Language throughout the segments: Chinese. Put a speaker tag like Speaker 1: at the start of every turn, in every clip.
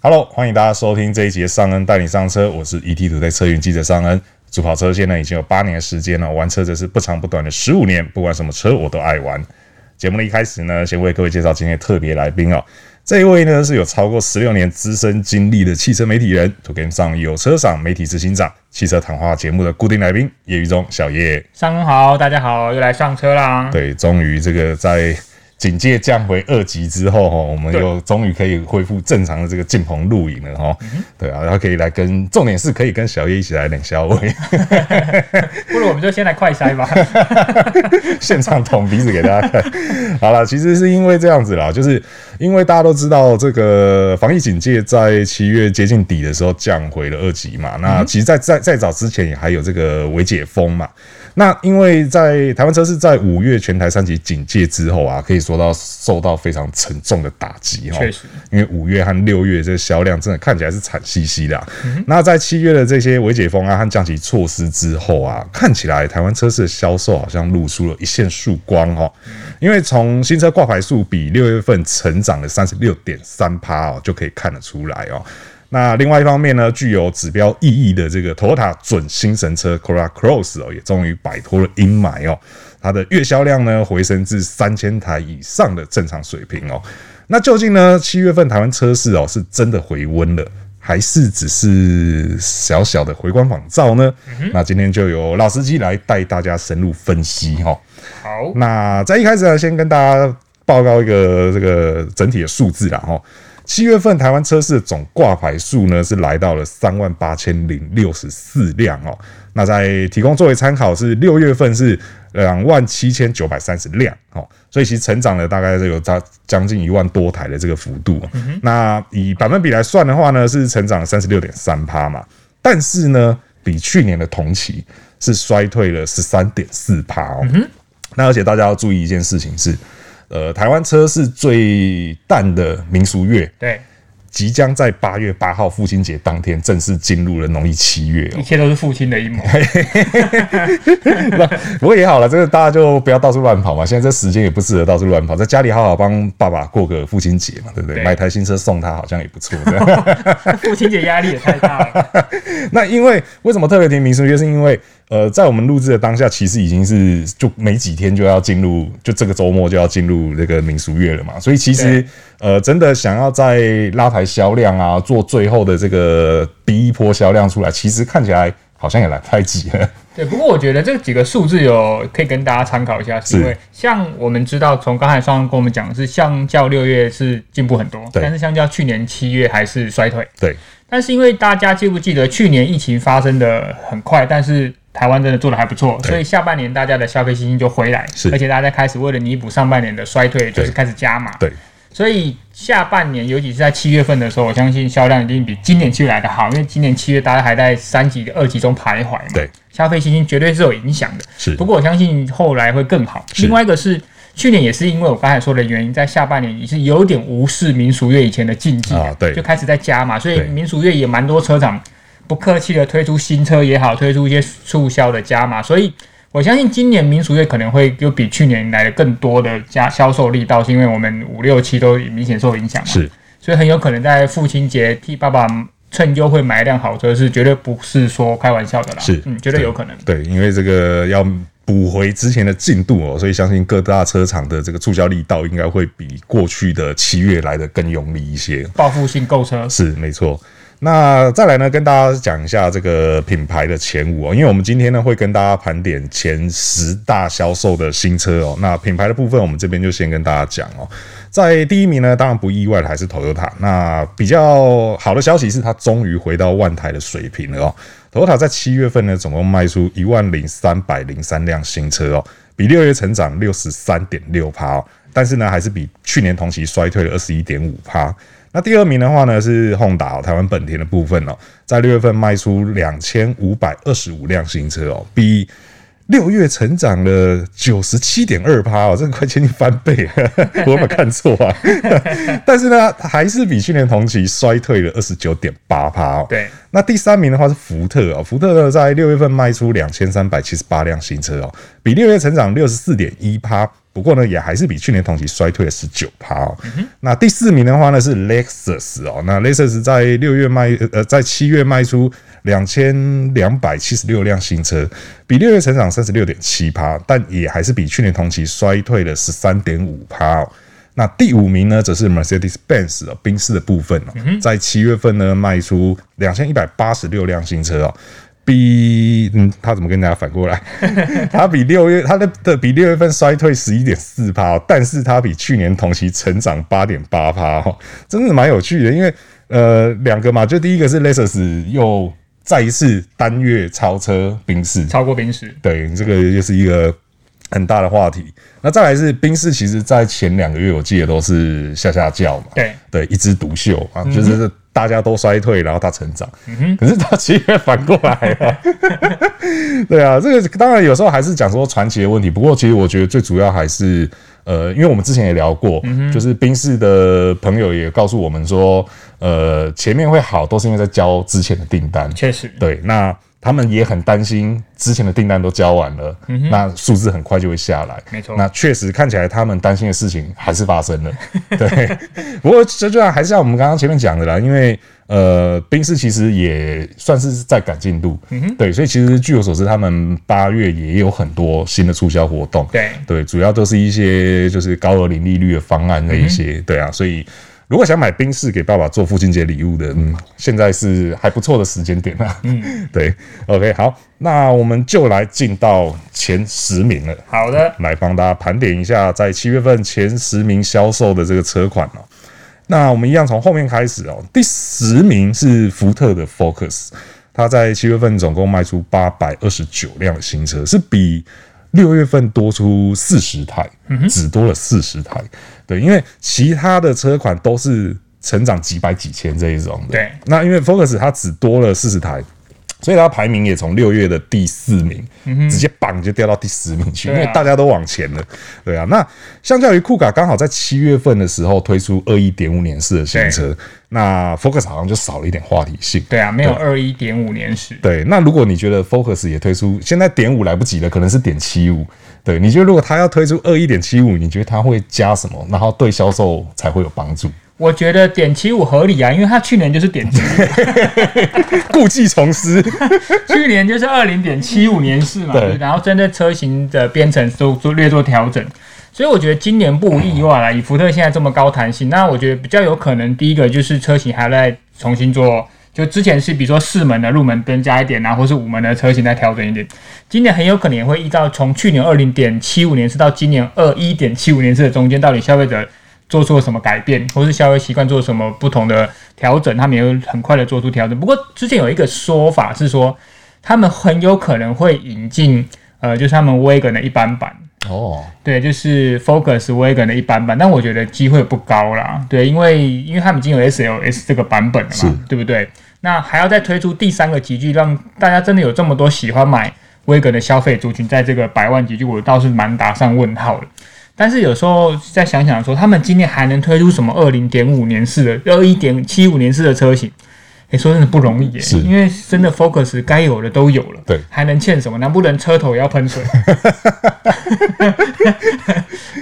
Speaker 1: Hello，欢迎大家收听这一节尚恩带你上车，我是 ET 土在车云记者尚恩。主跑车现在已经有八年的时间了，玩车则是不长不短的十五年，不管什么车我都爱玩。节目的一开始呢，先为各位介绍今天的特别来宾哦，这一位呢是有超过十六年资深经历的汽车媒体人，To Game 上有车赏媒体执行长，汽车谈话节目的固定来宾叶玉忠小叶。
Speaker 2: 上午好，大家好，又来上车啦。
Speaker 1: 对，终于这个在警戒降回二级之后哈，我们
Speaker 2: 对
Speaker 1: 又终于可以恢复正常的这个进棚录影了哈。对啊，然后可以来跟，重点是可以跟小叶一起来冷小伟
Speaker 2: 不如我们就先来快筛吧。
Speaker 1: 现场捅鼻子给大家看。好了，其实是因为这样子啦，就是因为大家都知道这个防疫警戒在七月接近底的时候降回了二级嘛，
Speaker 2: 嗯
Speaker 1: 那其实在在在早之前也还有这个微解封嘛。那因为在台湾车是在五月全台三级警戒之后啊，可以说到受到非常沉重的打击哦哈。
Speaker 2: 确实，
Speaker 1: 因为五月和六月这个销量真的看起来是惨兮兮的啊、那在七月的这些微解封啊和降级措施之后啊，看起来台湾车市的销售好像露出了一线曙光哦。因为从新车挂牌数比六月份成长了三十六点三趴哦，就可以看得出来哦。那另外一方面呢，具有指标意义的这个 Toyota 准新神车 Corolla Cross 哦，也终于摆脱了阴霾哦。它的月销量呢回升至三千台以上的正常水平哦。那究竟呢，七月份台湾车市哦是真的回温了，还是只是小小的回光返照呢？那今天就由老司机来带大家深入分析哈、哦。
Speaker 2: 好，
Speaker 1: 那在一开始呢，先跟大家报告一个这个整体的数字啦，哈。七月份台湾车市的总挂牌数呢是来到了三万八千零六十四辆哦。那在提供作为参考是六月份是两万七千九百三十辆哦，所以其实成长了大概是有将将近一万多台的这个幅度。哦那以百分比来算的话呢，是成长三十六点三趴嘛，但是呢，比去年的同期是衰退了十三点四趴哦。那而且大家要注意一件事情是，呃，台湾车是最淡的民俗月，
Speaker 2: 对，
Speaker 1: 即将在八月八号父亲节当天正式进入了农历七月
Speaker 2: 一
Speaker 1: 哦。
Speaker 2: 切都是父亲的阴谋。
Speaker 1: 不过也好了，这个大家就不要到处乱跑嘛。现在这时间也不适合到处乱跑，在家里好好帮爸爸过个父亲节嘛，对不对？
Speaker 2: 对
Speaker 1: 买台新车送他好像也不错。这样
Speaker 2: 父亲节压力也太大了。
Speaker 1: 那因为为什么特别提民俗月？是因为呃，在我们录制的当下，其实已经是就没几天就要进入，就这个周末就要进入这个民俗月了嘛。所以其实
Speaker 2: 对
Speaker 1: 呃，真的想要在拉抬销量啊，做最后的这个第一波销量出来，其实看起来好像也来不太及了。
Speaker 2: 对，不过我觉得这几个数字有可以跟大家参考一下，是因为像我们知道，从刚才上跟我们讲的是，相较六月是进步很多，
Speaker 1: 对
Speaker 2: 但是相较去年七月还是衰退。
Speaker 1: 对，
Speaker 2: 但是因为大家记不记得去年疫情发生的很快，但是台湾真的做的还不错，
Speaker 1: 对
Speaker 2: 所以下半年大家的消费信心就回来
Speaker 1: 是，
Speaker 2: 而且大家开始为了弥补上半年的衰退，就是开始加码。
Speaker 1: 对，
Speaker 2: 所以下半年，尤其是在七月份的时候，我相信销量一定比今年七月来的好，因为今年七月大家还在三级、二级中徘徊嘛，
Speaker 1: 对，
Speaker 2: 消费信心绝对是有影响的。
Speaker 1: 是
Speaker 2: 不过我相信后来会更好。
Speaker 1: 是
Speaker 2: 另外一个是。去年也是因为我刚才说的原因，在下半年也是有点无视民俗月以前的禁忌
Speaker 1: 啊对
Speaker 2: 就开始在加嘛，所以
Speaker 1: 对
Speaker 2: 民俗月也蛮多车厂不客气的推出新车也好，推出一些促销的加码，所以我相信今年民俗月可能会有比去年来的更多的加销售力道，是因为我们五六七都明显受影响嘛，
Speaker 1: 是
Speaker 2: 所以很有可能在父亲节替爸爸趁优惠买一辆好车是绝对不是说开玩笑的啦，
Speaker 1: 是
Speaker 2: 嗯，绝对有可能。
Speaker 1: 对，因为这个要补回之前的进度哦，所以相信各大车厂的这个促销力道应该会比过去的七月来的更用力一些。
Speaker 2: 报复性购车，
Speaker 1: 是没错。那再来呢，跟大家讲一下这个品牌的前五哦，因为我们今天呢会跟大家盘点前十大销售的新车哦。那品牌的部分，我们这边就先跟大家讲哦。在第一名呢，当然不意外的还是 Toyota。那比较好的消息是，它终于回到万台的水平了哦。Toyota 在七月份呢，总共卖出一万零三百零三辆新车哦，比六月成长六十三点六趴哦，但是呢，还是比去年同期衰退了二十一点五趴。那第二名的话呢是 Honda 哦、台湾本田的部分哦，在六月份卖出两千五百二十五辆新车哦，比六月成长了九十七点二趴哦，这个快接近翻倍了， 我有没有看错啊？ 但是呢，还是比去年同期衰退了二十九点八趴哦。
Speaker 2: 对，
Speaker 1: 那第三名的话是福特哦，福特呢在六月份卖出两千三百七十八辆新车哦，比六月成长六十四点一趴，不过呢，也还是比去年同期衰退了十九趴哦。那第四名的话呢是 Lexus 哦，那 Lexus 在六月卖呃在七月卖出两千两百七十六辆新车，比六月成长三十六点七趴，但也还是比去年同期衰退了十三点五趴哦。那第五名呢，则是 Mercedes-Benz 哦，宾士的部分哦，在七月份呢卖出两千一百八十六辆新车哦，比嗯，他怎么跟大家反过来？它比六月它的的比六月份衰退十一点四趴，哦但是它比去年同期成长八点八趴哦，真的蛮有趣的。因为呃，两个嘛，就第一个是 Lexus 又再一次单月超车宾士，
Speaker 2: 超过冰室。
Speaker 1: 对，这个就是一个很大的话题。那再来是宾士，其实在前两个月我记得都是下下叫嘛，
Speaker 2: 对
Speaker 1: 对，一枝独秀啊，就是大家都衰退，然后它成长，可是它七月反过来了， 对啊，这个当然有时候还是讲说传奇的问题，不过其实我觉得最主要还是。呃，因为我们之前也聊过，就是宾士的朋友也告诉我们说，呃，前面会好都是因为在交之前的订单，
Speaker 2: 确实，
Speaker 1: 对，那他们也很担心之前的订单都交完了，那数字很快就会下来。
Speaker 2: 嗯没错
Speaker 1: 那确实看起来他们担心的事情还是发生了。 对，不过这就还是像我们刚刚前面讲的啦，因为呃，宾士其实也算是在赶进度，
Speaker 2: 嗯
Speaker 1: 对，所以其实据我所知，他们八月也有很多新的促销活动，
Speaker 2: 对
Speaker 1: 对，主要都是一些就是高额零利率的方案的一些，对啊，所以。如果想买宾士给爸爸做父亲节礼物的，嗯，现在是还不错的时间点啊。嗯， 对，OK，好，那我们就来进到前十名了。
Speaker 2: 好的，
Speaker 1: 来帮大家盘点一下，在七月份前十名销售的这个车款哦。那我们一样从后面开始哦。第十名是福特的 Focus，它在七月份总共卖出八百二十九辆的新车，是比六月份多出四十台，只多了四十台。对，因为其他的车款都是成长几百几千这一种的。
Speaker 2: 对
Speaker 1: 那因为 Focus 它只多了四十台，所以它排名也从六月的第四名，直接绑就掉到第十名去，因
Speaker 2: 嗯对啊
Speaker 1: 为大家都往前了，对啊。那相较于酷卡刚好在七月份的时候推出二一点五年式的新车，那 Focus 好像就少了一点话题性。
Speaker 2: 对啊，没有二一点五年史。
Speaker 1: 对，那如果你觉得 Focus 也推出，现在点五来不及了，可能是点七五。对，你觉得如果它要推出二一点七五，你觉得它会加什么，然后对销售才会有帮助？
Speaker 2: 我觉得点七五合理啊，因为它去年就是点七，
Speaker 1: 故技重施。
Speaker 2: 去年就是二零点七五年式嘛，
Speaker 1: 对
Speaker 2: 对不然后针对车型的编程都做略做调整。所以我觉得今年不无意外啦，以福特现在这么高弹性，那我觉得比较有可能，第一个就是车型还在重新做，就之前是比如说四门的入门增加一点啊，或是五门的车型再调整一点，今年很有可能也会依照从去年二零点七五年是到今年二一点七五年是的中间，到底消费者做出了什么改变，或是消费习惯做什么不同的调整，他们也会很快的做出调整。不过之前有一个说法是说，他们很有可能会引进呃，就是他们 Wagon 的一般版，
Speaker 1: 哦，
Speaker 2: 对，就是 Focus Wagon 的一般版，但我觉得机会不高啦。对，因为因为他们已经有 SLS 这个版本了嘛，对不对？那还要再推出第三个集具，让大家真的有这么多喜欢买 Wagon 的消费族群，在这个百万集具，我倒是蛮打上问号的。但是有时候再想想说，他们今年还能推出什么二零点五年式的、二一点七五年式的车型？诶，说真的不容易耶、
Speaker 1: 是
Speaker 2: 因为真的 Focus 该有的都有了，
Speaker 1: 对
Speaker 2: 还能欠什么？难不能车头也要喷水？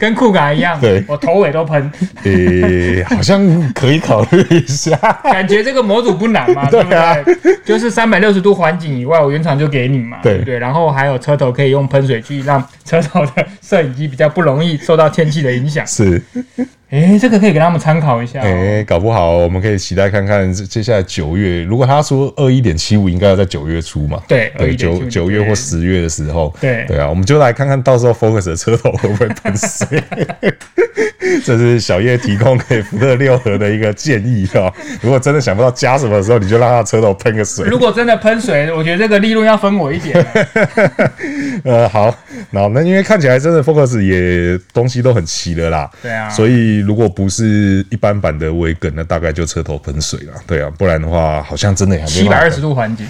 Speaker 2: 跟酷咖一样，
Speaker 1: 对
Speaker 2: 我头尾都喷，
Speaker 1: 诶、好像可以考虑一下。
Speaker 2: 感觉这个模组不难嘛，
Speaker 1: 对
Speaker 2: 对
Speaker 1: 啊
Speaker 2: 不对？就是三百六十度环景以外，我原厂就给你嘛，
Speaker 1: 对
Speaker 2: 对不对？然后还有车头可以用喷水去让车头的摄影机比较不容易受到天气的 影响。
Speaker 1: 是，
Speaker 2: 诶，这个可以给他们参考一下、哦。
Speaker 1: 诶、哎搞不好我们可以期待看看这接下来九月，如果他说二一点七五，应该要在九月初嘛？
Speaker 2: 对
Speaker 1: 对，
Speaker 2: 21.75
Speaker 1: 九九月或
Speaker 2: 对
Speaker 1: 十月的时候，
Speaker 2: 对
Speaker 1: 对啊，我们就来看看到时候 Focus 的车头会不会喷 水。这是小叶提供给福特六合的一个建议哦。如果真的想不到加什么的时候，你就让他车头喷个水。
Speaker 2: 如果真的喷水，我觉得这个利润要分我一点啊。
Speaker 1: 呃，好，然后那因为看起来真的 Focus 也东西都很齐了啦，
Speaker 2: 对啊
Speaker 1: 所以如果不是一般版的微梗，那大概就车头喷水了，对啊，不然的话好像真的也还没
Speaker 2: 七百
Speaker 1: 办法
Speaker 2: 二十度环境，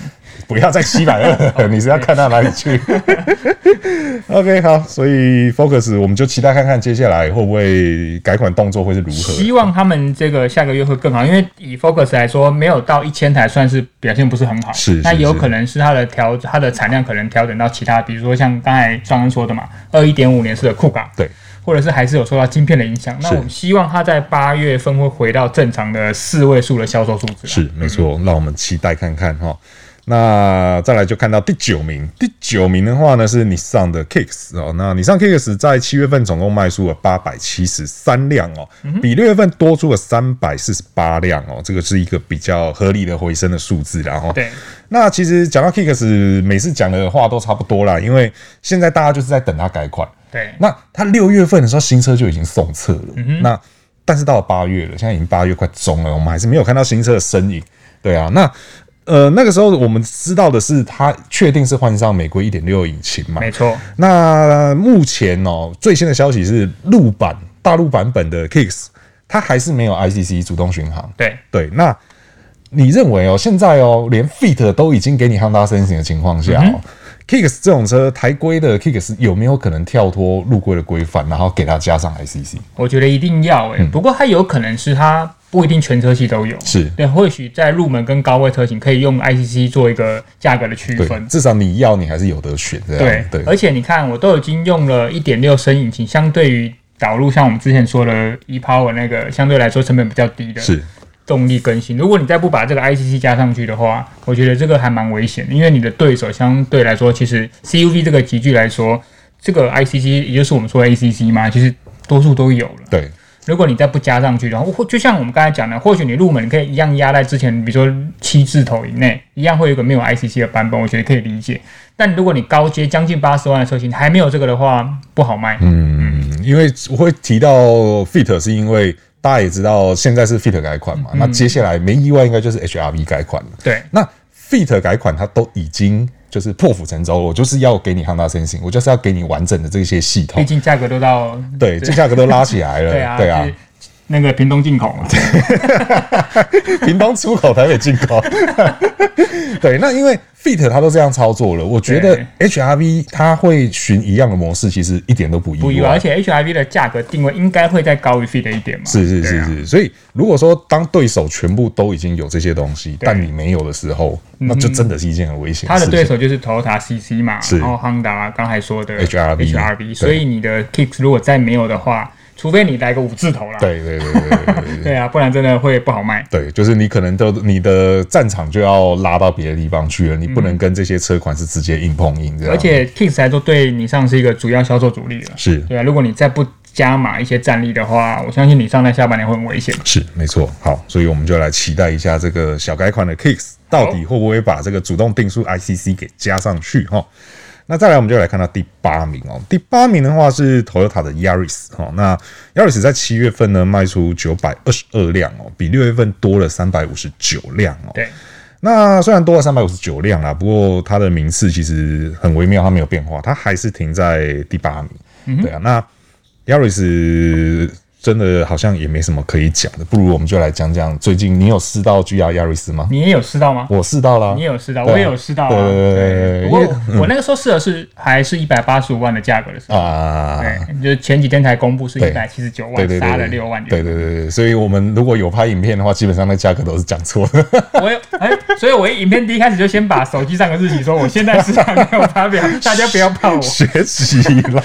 Speaker 1: 不要再七百 二，你是要看到哪里去？OK，好，所以 Focus 我们就期待看看接下来会不会改款动作会是如何。
Speaker 2: 希望他们这个下个月会更好，因为以 Focus 来说，没有到一千台算是表现不是很好，
Speaker 1: 是
Speaker 2: 那
Speaker 1: 是
Speaker 2: 也有
Speaker 1: 是
Speaker 2: 可能是它的调它的产量可能调整到其他，比如说像刚才双恩说的嘛，二一点五年式的酷卡，
Speaker 1: 对，
Speaker 2: 或者是还是有受到晶片的影响。那
Speaker 1: 是
Speaker 2: 我们希望它在八月份会回到正常的四位数的销售数啊字啦。
Speaker 1: 是没错，让我们期待看看哈。那再来就看到第九名，第九名的话呢是你上的 Kicks 哦，那你上 Kicks 在七月份总共卖出了八百七十三辆哦，比六月份多出了三百四十八辆哦，这个是一个比较合理的回升的数字啦哈。
Speaker 2: 对，
Speaker 1: 那其实讲到 Kicks，每次讲的话都差不多啦，因为现在大家就是在等它改款，
Speaker 2: 对，
Speaker 1: 那他六月份的时候新车就已经送测了，
Speaker 2: 嗯
Speaker 1: 那但是到了八月了，现在已经八月快中了，我们还是没有看到新车的身影。对啊，那呃那个时候我们知道的是，它确定是换上美规一点六引擎嘛？
Speaker 2: 没错，
Speaker 1: 那目前哦，最新的消息是陆版大陆版本的 Kicks，它还是没有 ICC 主动巡航。
Speaker 2: 对，
Speaker 1: 对，那你认为哦，现在哦，连 Fit 都已经给你 Honda Sensing 的情况下、
Speaker 2: 嗯
Speaker 1: 哦 Kicks 这种车台规的 Kicks 有没有可能跳脱陆规的规范，然后给它加上 ICC？
Speaker 2: 我觉得一定要
Speaker 1: 嗯
Speaker 2: 诶、不过它有可能是它不一定全车系都有，
Speaker 1: 是
Speaker 2: 对，或许在入门跟高位车型可以用 ICC 做一个价格的区
Speaker 1: 对
Speaker 2: 分，。
Speaker 1: 至少你要你还是有得选这样。对，
Speaker 2: 而且你看，我都已经用了一点六升引擎，相对于导入像我们之前说的 ePower 那个，相对来说成本比较低的
Speaker 1: 是
Speaker 2: 动力更新。如果你再不把这个 ICC 加上去的话，我觉得这个还蛮危险的，因为你的对手相对来说，其实 CUV 这个级距来说，这个 ICC 也就是我们说的 ACC 嘛，其实多数都有了。
Speaker 1: 对，
Speaker 2: 如果你再不加上去的话，或就像我们刚才讲的，或许你入门可以一样压在之前，比如说七字头以内，一样会有一个没有 ICC 的版本，我觉得可以理解。但如果你高阶将近八十万的车型还没有这个的话，不好卖。嗯，
Speaker 1: 嗯，因为我会提到 Fit 是因为。大家也知道，现在是 Fit 改款嘛，
Speaker 2: 嗯
Speaker 1: 那接下来没意外应该就是 HRV 改款了。
Speaker 2: 对，
Speaker 1: 那 Fit 改款它都已经就是破釜沉舟了，我就是要给你 Honda Sensing，我就是要给你完整的这些系统
Speaker 2: 毕。竟价格都到
Speaker 1: 对，这价格都拉起来了。
Speaker 2: 对啊，就是那个屏东进口 嘛，
Speaker 1: 屏东出口，台北进口。 对，那因为 Fit 它都这样操作了，我觉得 HRV 它会循一样的模式，其实一点都不意外。
Speaker 2: 不意外。而且 HIV 的价格定位应该会再高于 Fit 一点嘛。
Speaker 1: 是是
Speaker 2: 对
Speaker 1: 是
Speaker 2: 啊
Speaker 1: 是，所以如果说当对手全部都已经有这些东西，但你没有的时候，那就真的是一件很危险
Speaker 2: 嗯他
Speaker 1: 的事
Speaker 2: 的
Speaker 1: 情。
Speaker 2: 对手就是 Toyota CC 嘛，
Speaker 1: 是
Speaker 2: 然后 Honda 啊刚才说的
Speaker 1: HRV
Speaker 2: HRV，
Speaker 1: 对
Speaker 2: 所以你的 Kicks 如果再没有的话，除非你来个五字头啦，
Speaker 1: 对对对对对对对
Speaker 2: 对啊，不然真的会不好卖。
Speaker 1: 对，就是你可能都你的战场就要拉到别的地方去了，你不能跟这些车款是直接硬碰硬这样。
Speaker 2: 嗯而且 Kicks 来说，对你上是一个主要销售主力了。
Speaker 1: 是
Speaker 2: 对啊，如果你再不加码一些战力的话，我相信你上在下半年会很危险。
Speaker 1: 是没错，好，所以我们就来期待一下这个小改款的 Kicks 到底会不会把这个主动定速 ICC 给加上去哈。那再来，我们就来看到第八名哦。第八名的话是 Toyota 的 Yaris 哦。那 Yaris 在七月份呢卖出九百二十二辆哦，比六月份多了三百五十九辆哦。
Speaker 2: 对，
Speaker 1: 那虽然多了三百五十九辆啦，不过它的名次其实很微妙，它没有变化，它还是停在第八名。
Speaker 2: 嗯
Speaker 1: 对啊，那 Yaris 真的好像也没什么可以讲的，不如我们就来讲讲最近你有试到 GR Yaris 吗？
Speaker 2: 你也有试到吗？
Speaker 1: 我试到啦，
Speaker 2: 你也有试到，
Speaker 1: 对啊
Speaker 2: 我也有试到啊。
Speaker 1: 对对对对对
Speaker 2: 不过
Speaker 1: 因为嗯
Speaker 2: 我我那个时候试的是还是一百八十五万的价格的时候，
Speaker 1: 啊。
Speaker 2: 对，就是前几天才公布是
Speaker 1: 对
Speaker 2: 一百七十九
Speaker 1: 对
Speaker 2: 万，
Speaker 1: 对
Speaker 2: 哎杀
Speaker 1: 对
Speaker 2: 了
Speaker 1: 对，
Speaker 2: 六万元。
Speaker 1: 对对对对，所以我们如果有拍影片的话，基本上那价格都是讲错的。
Speaker 2: 我有哎、所以我一影片第一开始就先把手机上的日期说，我现在是还没有发表，大家不要怕我。
Speaker 1: 学起来，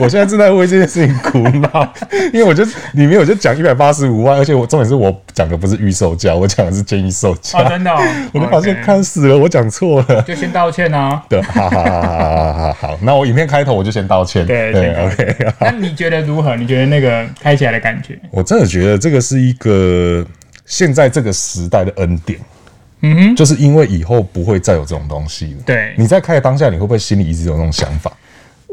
Speaker 1: 我现在正在为这件事情苦恼，因为我就里面我就讲一百八十五万，而且我重点是我讲的不是预售价，我讲的是建议售 价，
Speaker 2: 哦，真的、哦，
Speaker 1: 啊我就发现
Speaker 2: OK
Speaker 1: 看死了，我讲错了。
Speaker 2: 就先道歉啊。
Speaker 1: 对，哈哈哈哈哈哈！好，那我影片开头我就先道歉。
Speaker 2: 对
Speaker 1: 对呃
Speaker 2: 先道歉
Speaker 1: ，OK。
Speaker 2: 那你觉得如何？你觉得那个开起来的感觉？
Speaker 1: 我真的觉得这个是一个现在这个时代的恩典，
Speaker 2: 嗯哼，
Speaker 1: 就是因为以后不会再有这种东西了。
Speaker 2: 对
Speaker 1: 你在开的当下，你会不会心里一直有那种想法？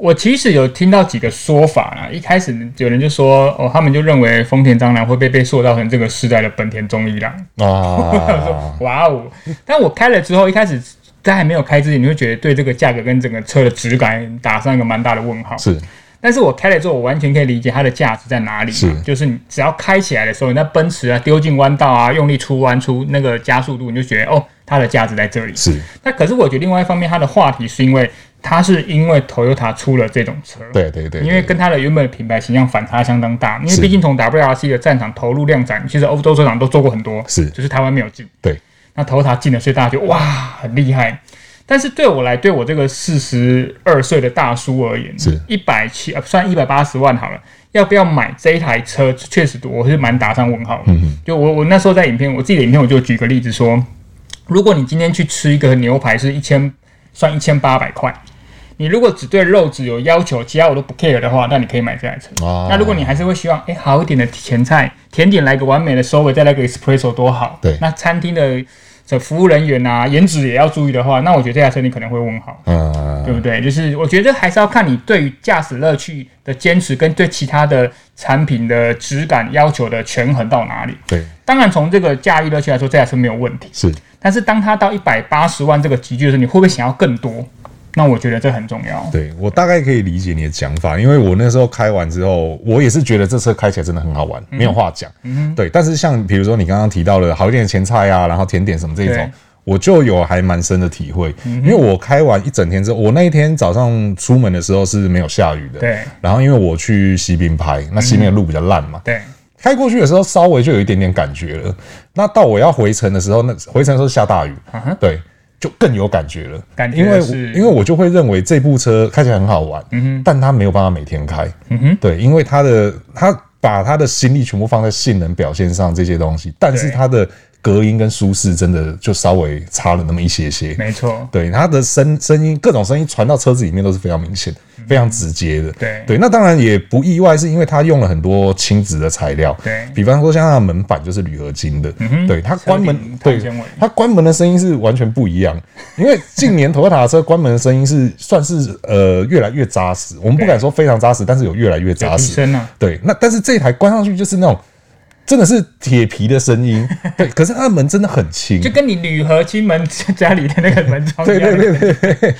Speaker 2: 我其实有听到几个说法啦。一开始有人就说，哦，他们就认为丰田蟑螂会被被塑造成这个时代的本田中一郎。
Speaker 1: 啊
Speaker 2: 我想说，哇哦！但我开了之后，一开始在还没有开之前，你会觉得对这个价格跟整个车的质感打上一个蛮大的问号。
Speaker 1: 是
Speaker 2: 但是我开了之后，我完全可以理解它的价值在哪里嘛。
Speaker 1: 是
Speaker 2: 就是你只要开起来的时候，你在奔驰啊丢进弯道啊，用力出弯出那个加速度，你就觉得哦，它的价值在这里。
Speaker 1: 是，
Speaker 2: 那可是我觉得另外一方面，它的话题是因为它是因为 Toyota 出了这种车，，
Speaker 1: 对对对，
Speaker 2: 因为跟它的原本的品牌形象反差相当大。因为
Speaker 1: 是
Speaker 2: 毕竟从 WRC 的战场投入量产，其实欧洲车厂都做过很多，
Speaker 1: 是
Speaker 2: 只是台湾没有进。
Speaker 1: 对
Speaker 2: 那 Toyota 进了，所以大家觉得哇，很厉害。但是对我来，对我这个四十二岁的大叔而言，
Speaker 1: 是
Speaker 2: 一百七，呃算一百八十万好了。要不要买这一台车？确实，我是蛮打上问号的。
Speaker 1: 嗯
Speaker 2: 就我我那时候在影片，我自己的影片，我就举个例子说，如果你今天去吃一个牛排是一千，算一千八百块，你如果只对肉质有要求，其他我都不 care 的话，那你可以买这台车。
Speaker 1: 哦
Speaker 2: 那如果你还是会希望，诶，好一点的前菜、甜点来个完美的收尾，再来个 espresso 多好。
Speaker 1: 对
Speaker 2: 那餐厅的这服务人员啊，颜值也要注意的话，那我觉得这台车你可能会问好。
Speaker 1: 嗯，
Speaker 2: 对不对？就是我觉得还是要看你对于驾驶乐趣的坚持，跟对其他的产品的质感要求的权衡到哪里。
Speaker 1: 对，
Speaker 2: 当然，从这个驾驭乐趣来说，这台车没有问题。
Speaker 1: 是
Speaker 2: 但是，当它到一百八十万这个级距的时候，你会不会想要更多？那我觉得这很重要。
Speaker 1: 对我大概可以理解你的讲法，因为我那时候开完之后，我也是觉得这车开起来真的很好玩，没有话讲。对，但是像比如说你刚刚提到了好一点的前菜啊，然后甜点什么这一种
Speaker 2: 对。
Speaker 1: 我就有还蛮深的体会，因为我开完一整天之后，我那一天早上出门的时候是没有下雨的，
Speaker 2: 对。
Speaker 1: 然后因为我去西滨拍，那西滨的路比较烂嘛，
Speaker 2: 对，
Speaker 1: 开过去的时候稍微就有一点点感觉了。那到我要回程的时候，那回程的时候下大雨，对，就更有感觉了。
Speaker 2: 啊感觉
Speaker 1: 因为
Speaker 2: 是嗯
Speaker 1: 因为我就会认为这部车开起来很好玩，但它没有办法每天开，对，因为它的它把它的心力全部放在性能表现上这些东西，但是
Speaker 2: 对
Speaker 1: 它的隔音跟舒适真的就稍微差了那么一些些，
Speaker 2: 没错。
Speaker 1: 对，它的声声音各种声音传到车子里面都是非常明显的、非常直接的。
Speaker 2: 对
Speaker 1: 对，那当然也不意外，是因为它用了很多轻质的材料。
Speaker 2: 对嗯
Speaker 1: 比方说像它的门板就是铝合金的，对，它关门
Speaker 2: 车顶，
Speaker 1: 对
Speaker 2: 碳纤维，
Speaker 1: 它关门的声音是完全不一样。因为近年 Toyota 的车关门的声音是算是呃越来越扎实，我们不敢说非常扎实，但是有越来越扎
Speaker 2: 有提
Speaker 1: 实。
Speaker 2: 升啊，
Speaker 1: 对，那但是这一台关上去就是那种。真的是铁皮的声音，对，可是它的门真的很轻，
Speaker 2: 就跟你铝合金门 家里的那个门窗一
Speaker 1: 对
Speaker 2: 样。啊
Speaker 1: 对对对对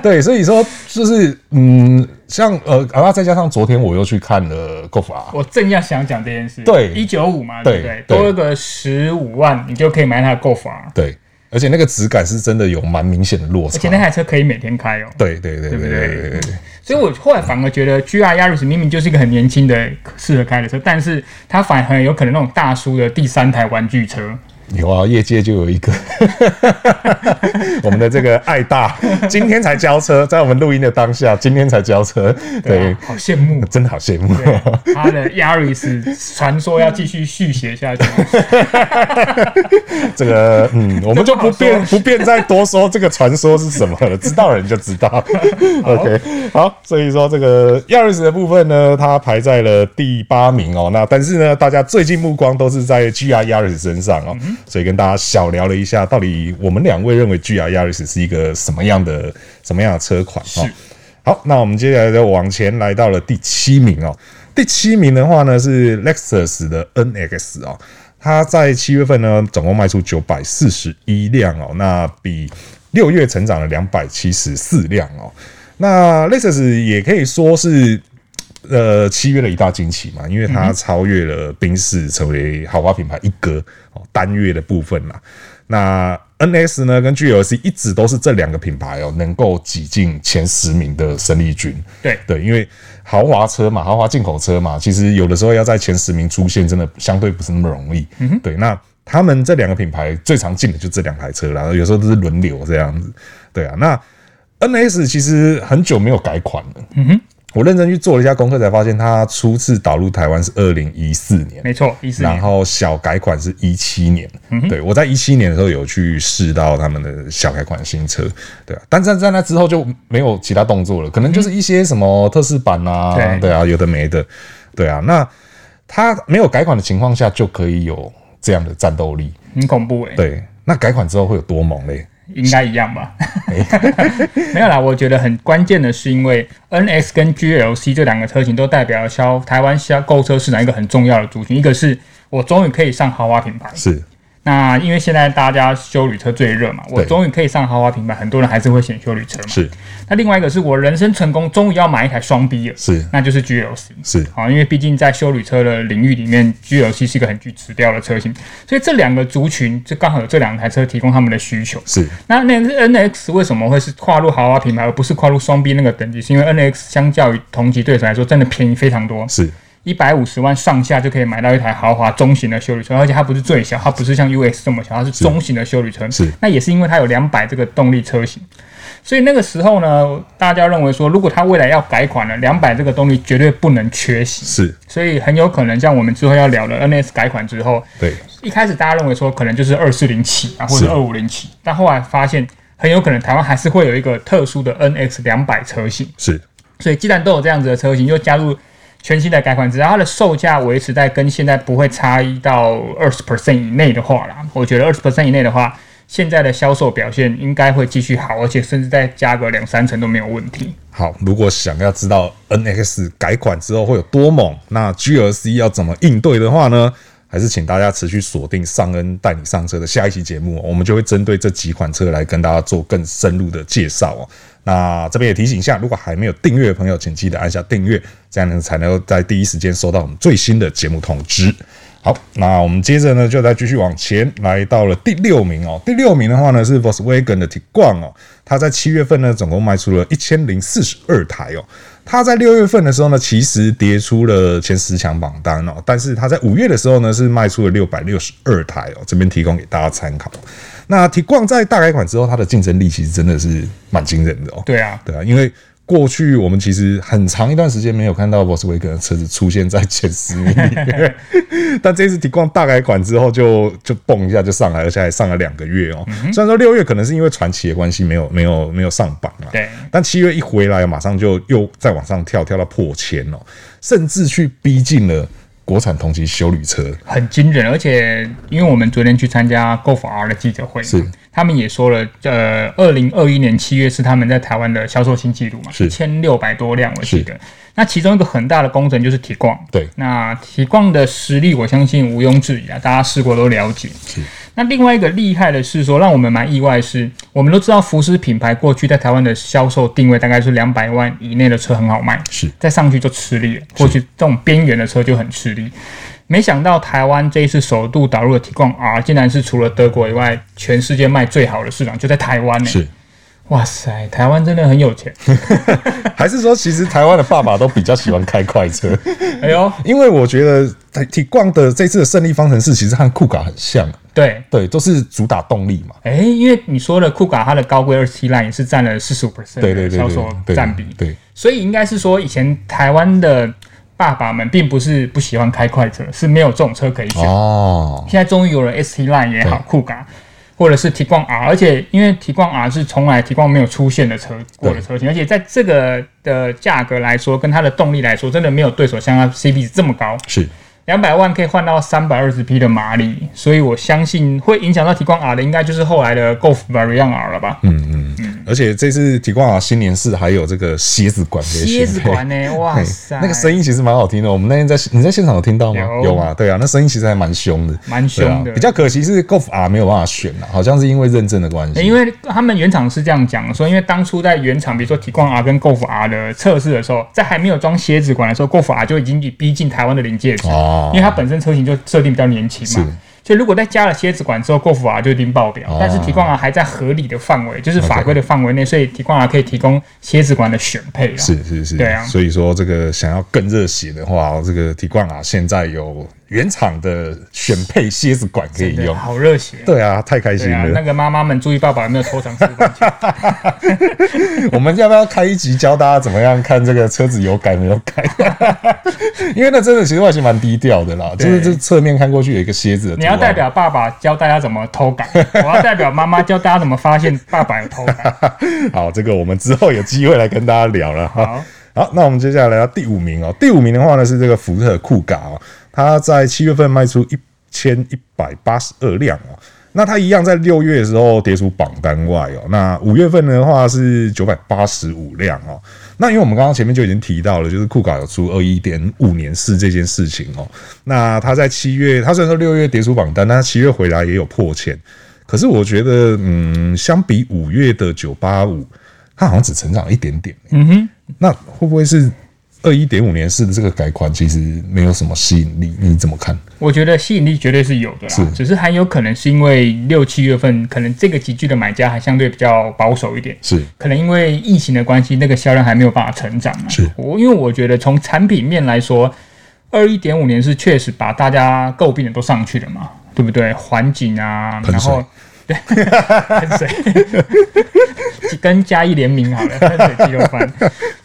Speaker 1: 对，所以说就是嗯，像呃，然后再加上昨天我又去看了 Golf R，
Speaker 2: 我正要想讲这件事。
Speaker 1: 对
Speaker 2: 一九五嘛，对
Speaker 1: 对
Speaker 2: 不对？
Speaker 1: 对
Speaker 2: 多个十五万，你就可以买它的 Golf R，
Speaker 1: 对，而且那个质感是真的有蛮明显的落
Speaker 2: 而
Speaker 1: 差
Speaker 2: 且，那台车可以每天开哦。
Speaker 1: 对对对对
Speaker 2: 不
Speaker 1: 对
Speaker 2: 对
Speaker 1: 对对对，
Speaker 2: 所以我后来反而觉得 G R Yaris 明明就是一个很年轻的适合开的车，但是它反而很有可能那种大叔的第三台玩具车。
Speaker 1: 有啊，业界就有一个 我们的这个爱大，今天才交车，在我们录音的当下，今天才交车，对。
Speaker 2: 啊，，好羡慕
Speaker 1: 真的好羡慕。
Speaker 2: 对啊 他的 Yaris 传说要继续续写下去，
Speaker 1: 这个， 嗯，我们就不
Speaker 2: 这不
Speaker 1: 便
Speaker 2: 好
Speaker 1: 不便再多说这个传说是什么了，知道人就知道。OK，好，所以说这个亚瑞斯的部分呢，它排在了第八名哦。那但是呢，大家最近目光都是在 GR Yaris 身上哦，所以跟大家小聊了一下，到底我们两位认为 GR Yaris 是一个什么样的什么样的车款哦。好，那我们接下来就往前来到了第七名哦。第七名的话呢是 Lexus 的 NX 哦，它在七月份呢总共卖出九百四十一辆哦，那比六月成长了两百七十四辆哦。那 Lexus 也可以说是呃七月的一大惊喜嘛，因为它超越了宾士，成为豪华品牌一哥哦单月的部分啦。那 NS 呢跟 GLC 一直都是这两个品牌哦能够挤进前十名的生力军。
Speaker 2: 对
Speaker 1: 对，因为豪华车嘛，豪华进口车嘛，其实有的时候要在前十名出现，真的相对不是那么容易。嗯、对，那他们这两个品牌最常进的就这两台车啦，有时候都是轮流这样子。对啊，那 NS 其实很久没有改款了。嗯哼，我认真去做了一下功课，才发现它初次导入台湾是二零一四年。
Speaker 2: 没错，一四
Speaker 1: 然
Speaker 2: 年。嗯
Speaker 1: 后小改款是一七年，对我在一七年的时候有去试到他们的小改款新车，对啊，但是在那之后就没有其他动作了，可能就是一些什么特仕版啊，
Speaker 2: 对
Speaker 1: 对啊，有的没的，对啊，那它没有改款的情况下就可以有这样的战斗力，
Speaker 2: 很恐怖哎、
Speaker 1: 对，那改款之后会有多猛嘞？
Speaker 2: 应该一样吧？ 没有啦，我觉得很关键的是，因为 NX 跟 GLC 这两个车型都代表了消台湾消购车市场一个很重要的族群，一个是我终于可以上豪华品牌，
Speaker 1: 是
Speaker 2: 那因为现在大家修旅车最热嘛，我
Speaker 1: 对
Speaker 2: 终于可以上豪华品牌，很多人还是会选修旅车嘛。
Speaker 1: 是
Speaker 2: 那另外一个是我人生成功，终于要买一台双 B 了，
Speaker 1: 是
Speaker 2: 那就是 GLC。
Speaker 1: 是，
Speaker 2: 好，哦因为毕竟在修旅车的领域里面，GLC 是一个很具指标的车型，所以这两个族群就刚好有这两台车提供他们的需求。
Speaker 1: 是
Speaker 2: 那那 NX 为什么会是跨入豪华品牌，而不是跨入双 B 那个等级？是因为 NX 相较于同级对手来说，真的便宜非常多。
Speaker 1: 是
Speaker 2: 一百五十万上下就可以买到一台豪华中型的修旅车，而且它不是最小，它不是像 US 这么小，它是中型的修旅车。
Speaker 1: 是
Speaker 2: 那也是因为它有两百这个动力车型，所以那个时候呢，大家认为说，如果它未来要改款了，两百这个动力绝对不能缺席。
Speaker 1: 是，
Speaker 2: 所以很有可能像我们之后要聊的 NS 改款之后，
Speaker 1: 对，
Speaker 2: 一开始大家认为说可能就是二四零起啊，或
Speaker 1: 是
Speaker 2: 者二五零起，但后来发现很有可能台湾还是会有一个特殊的 NX 两百车型。
Speaker 1: 是，
Speaker 2: 所以既然都有这样子的车型，又加入全新的改款，只要它的售价维持在跟现在不会差异到二十 percent 以内的话啦，我觉得二十 percent 以内的话，现在的销售表现应该会继续好，而且甚至再加个两三成都没有问题。
Speaker 1: 好，如果想要知道 NX 改款之后会有多猛，那 GRC 要怎么应对的话呢？还是请大家持续锁定尚恩带你上车的下一期节目，我们就会针对这几款车来跟大家做更深入的介绍哦。那这边也提醒一下，如果还没有订阅的朋友，请记得按下订阅，这样呢才能够在第一时间收到我们最新的节目通知。好，那我们接着呢，就再继续往前，来到了第六名哦。第六名的话呢是 Volkswagen 的 Tiguan 哦，它在七月份呢总共卖出了一千零四十二台哦。它在六月份的时候呢，其实跌出了前十强榜单哦，但是它在五月的时候呢是卖出了六百六十二台哦，这边提供给大家参考。那 Tiguan 在大改款之后，它的竞争力其实真的是蛮惊人的哦。
Speaker 2: 对啊，
Speaker 1: 对啊，因为过去我们其实很长一段时间没有看到 Volkswagen 的车子出现在前十名里面， 但这次提供大改款之后就就蹦一下就上来，而且还上了两个月哦。虽然说六月可能是因为传奇的关系没有没有没有上榜啊，
Speaker 2: 对
Speaker 1: 但七月一回来，马上就又再往上跳，跳到破千哦，甚至去逼近了国产同级修旅车。
Speaker 2: 很惊人，而且因为我们昨天去参加 Go for R 的记者会嘛，
Speaker 1: 是
Speaker 2: 他们也说了，呃，二零二一年七月是他们在台湾的销售新纪录嘛，
Speaker 1: 是
Speaker 2: 一千六百多辆，我记得。那其中一个很大的工程就是提逛，
Speaker 1: 对
Speaker 2: 那提逛的实力我相信毋庸置疑啊，大家试过都了解。
Speaker 1: 是
Speaker 2: 那另外一个厉害的是说，让我们蛮意外的是，我们都知道福斯品牌过去在台湾的销售定位大概是两百万以内的车很好卖，
Speaker 1: 是
Speaker 2: 再上去就吃力了，过去这种边缘的车就很吃力。没想到台湾这一次首度导入的提供 R，竟然是除了德国以外，全世界卖最好的市场就在台湾呢、
Speaker 1: 是，
Speaker 2: 哇塞，台湾真的很有钱。
Speaker 1: 还是说其实台湾的爸爸都比较喜欢开快车？
Speaker 2: 哎呦，
Speaker 1: 因为我觉得 T 逛的这次的胜利方程式其实和酷卡很像，
Speaker 2: 对，
Speaker 1: 对，都是主打动力嘛。
Speaker 2: 哎，因为你说的酷卡它的高规二十七烂也是占了四十五 percent
Speaker 1: 对对
Speaker 2: 的
Speaker 1: 对
Speaker 2: 销
Speaker 1: 对
Speaker 2: 售
Speaker 1: 对，
Speaker 2: 占比，
Speaker 1: 对
Speaker 2: 所以应该是说以前台湾的爸爸们并不是不喜欢开快车，是没有这种车可以选。
Speaker 1: 哦，
Speaker 2: 现在终于有了 ST Line 也好，酷咖，或者是提冠 R，而且因为提冠 R 是从来提冠没有出现的车过的车型，而且在这个的价格来说，跟它的动力来说，真的没有对手像它 CP 值这么高，
Speaker 1: 是
Speaker 2: 两百万可以换到三百二十匹的马力，所以我相信会影响到提冠 R 的，应该就是后来的 Golf Variant R 了
Speaker 1: 嗯
Speaker 2: 吧？
Speaker 1: 而且这次提供啊新年式还有这个蝎子管可以选
Speaker 2: 蝎子管呢、哇
Speaker 1: 嘿
Speaker 2: 塞，
Speaker 1: 那个声音其实蛮好听的。我们那天在你在现场有听到吗？
Speaker 2: 有
Speaker 1: 吗？对啊，那声音其实还蛮凶的，
Speaker 2: 蛮凶的
Speaker 1: 对啊比较可惜是 Golf R 没有办法选啊，好像是因为认证的关系。
Speaker 2: 因为他们原厂是这样讲说，因为当初在原厂，比如说提供 R 跟 Golf R 的测试的时候，在还没有装蝎子管的时候，Golf R 就已经逼近台湾的临界值，
Speaker 1: 哦
Speaker 2: 因为它本身车型就设定比较年轻嘛
Speaker 1: 是。哦
Speaker 2: 所以如果再加了蝎子管之后，Golf R 就已经爆表，但是提供 R 还在合理的范围，就是法规的范围内，所以提供 R 可以提供蝎子管的选配啦。
Speaker 1: 是是是，
Speaker 2: 对啊
Speaker 1: 所以说这个想要更热血的话，这个提冠啊，现在有原厂的选配蝎子管可以
Speaker 2: 对，
Speaker 1: 用。
Speaker 2: 好热血。
Speaker 1: 对啊，太开心
Speaker 2: 对啊，
Speaker 1: 了！
Speaker 2: 那个妈妈们注意爸爸有没有偷藏私管钱
Speaker 1: 我们要不要开一集教大家怎么样看这个车子有改没有改？ 因为那真的其实外形蛮低调的啦，就是这侧面看过去有一个蝎子的图案。
Speaker 2: 你要代表爸爸教大家怎么偷 改，我要代表妈妈教大家怎么发现爸爸有偷 改。
Speaker 1: 好，这个我们之后有机会来跟大家聊了哈。
Speaker 2: 好。
Speaker 1: 好，那我们接下来到第五名哦。第五名的话呢是这个福特酷咖哦，它在七月份卖出一千一百八十二辆哦。那它一样在六月的时候跌出榜单外哦。那五月份的话是九百八十五辆哦。那因为我们刚刚前面就已经提到了，就是酷咖有出二一点五年式这件事情哦。那它在七月，它虽然说六月跌出榜单，但它七月回来也有破千。可是我觉得，嗯，相比五月的九八五，它好像只成长一点点、嗯哼，那会不会是二一点五年式的这个改款其实没有什么吸引力？你怎么看？
Speaker 2: 我觉得吸引力绝对是有的啦，
Speaker 1: 是
Speaker 2: 只是很有可能是因为六七月份，可能这个集聚的买家还相对比较保守一点，
Speaker 1: 是
Speaker 2: 可能因为疫情的关系，那个销量还没有办法成长嘛。
Speaker 1: 是
Speaker 2: 我因为我觉得从产品面来说，二一点五年是确实把大家诟病的都上去了嘛，对不对？环境啊，
Speaker 1: 喷
Speaker 2: 然
Speaker 1: 水
Speaker 2: 后对， 喷水，跟嘉义联名好了，喷水鸡肉饭。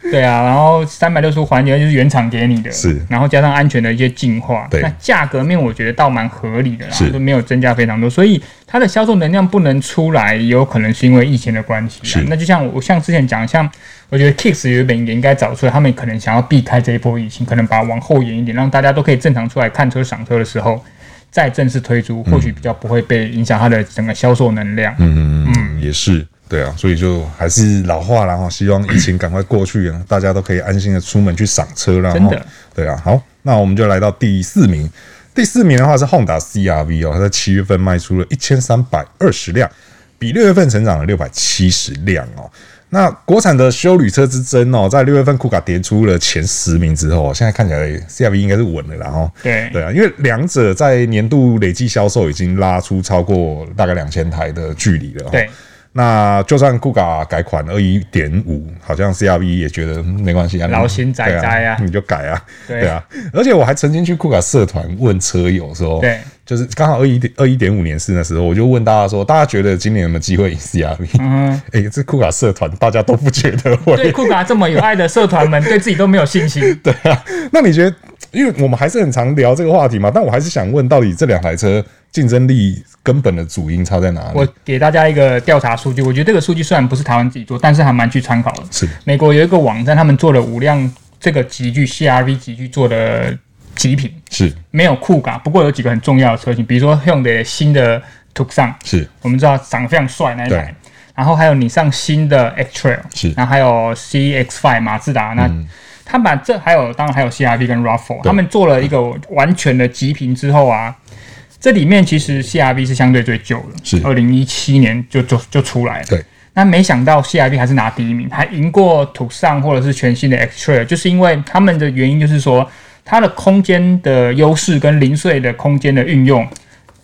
Speaker 2: 对啊，然后三百六十度环节就是原厂给你的，
Speaker 1: 是
Speaker 2: 然后加上安全的一些进化，
Speaker 1: 对
Speaker 2: 那价格面我觉得倒蛮合理的啦，
Speaker 1: 是
Speaker 2: 就没有增加非常多，所以它的销售能量不能出来，有可能是因为疫情的关系
Speaker 1: 是
Speaker 2: 啊。那就像我像之前讲，像我觉得 Kicks 原本也应该找出来，他们可能想要避开这一波疫情，可能把它往后延一点，让大家都可以正常出来看车、赏车的时候。再正式推出，或许比较不会被影响它的整个销售能量。
Speaker 1: 嗯，也是，对啊，所以就还是老话啦哈，希望疫情赶快过去，大家都可以安心的出门去赏车啦。
Speaker 2: 真的
Speaker 1: 齁，对啊，好，那我们就来到第四名。第四名的话是 Honda CRV 哦，它在七月份卖出了一千三百二十辆，比六月份成长了六百七十辆哦。那国产的修旅车之争哦，在六月份库卡跌出了前十名之后，哦现在看起来 CRV 应该是稳了啦哦。
Speaker 2: 对
Speaker 1: 对啊，因为两者在年度累计销售已经拉出超过大概两千台的距离了、哦。
Speaker 2: 对，
Speaker 1: 那就算酷嘎改款二一点五，好像 CRV 也觉得嗯没关系啊，
Speaker 2: 劳心宰宰啊
Speaker 1: 对你就改啊，
Speaker 2: 对
Speaker 1: 对啊。而且我还曾经去酷嘎社团问车友说，
Speaker 2: 对，
Speaker 1: 就是刚好二一二一点五年是那时候，我就问大家说，大家觉得今年有没有机会赢 CRV？
Speaker 2: 嗯，
Speaker 1: 哎、这酷嘎社团大家都不觉得
Speaker 2: 对
Speaker 1: 会，
Speaker 2: 酷卡这么有爱的社团们，对自己都没有信心。
Speaker 1: 对啊。 那你觉得，因为我们还是很常聊这个话题嘛，但我还是想问，到底这两台车竞争力根本的主因差在哪里？
Speaker 2: 我给大家一个调查数据，我觉得这个数据虽然不是台湾自己做，但是还蛮去参考的。
Speaker 1: 是
Speaker 2: 美国有一个网站，他们做了五辆这个集具 CRV 集具做的极品，
Speaker 1: 是
Speaker 2: 没有酷卡，不过有几个很重要的车型，比如说 Hyundai 新的 Tucson，
Speaker 1: 是
Speaker 2: 我们知道长得非常帅那一
Speaker 1: 对
Speaker 2: 台。然后还有你上新的 X Trail，
Speaker 1: 是嗯
Speaker 2: 然后还有 CX5 马自达，那他把这还有当然还有 CRV 跟 RAV4，他们做了一个完全的极品之后啊，这里面其实 CRV 是相对最旧的，
Speaker 1: 是
Speaker 2: 二零一七年就就就出来了。
Speaker 1: 对，
Speaker 2: 那没想到 CRV 还是拿第一名，还赢过土上或者是全新的 X Trail，就是因为他们的原因就是说它的空间的优势跟零碎的空间的运用。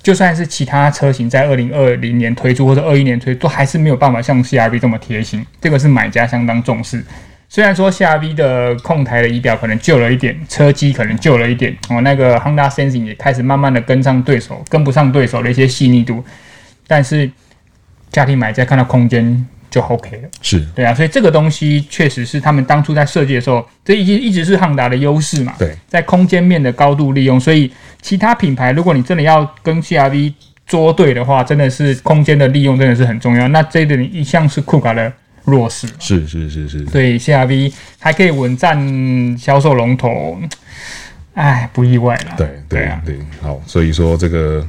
Speaker 2: 就算是其他车型在二零二零年推出或者二一年推出，都还是没有办法像 CRV 这么贴心，这个是买家相当重视。虽然说 CRV 的控台的仪表可能旧了一点，车机可能旧了一点，哦，那个 Honda Sensing 也开始慢慢的跟上对手，跟不上对手的一些细腻度，但是家庭买家看到空间就 OK 了。
Speaker 1: 是，
Speaker 2: 对啊，所以这个东西确实是他们当初在设计的时候，这一直一直是汉达的优势嘛。
Speaker 1: 对，
Speaker 2: 在空间面的高度利用，所以其他品牌如果你真的要跟 CRV 捉对的话，真的是空间的利用真的是很重要。那这一点一向是酷卡的弱势，
Speaker 1: 是是是是，
Speaker 2: 所以 CRV 还可以稳占销售龙头，哎，不意外啦。
Speaker 1: 对对
Speaker 2: 对啊，
Speaker 1: 对，好，所以说这个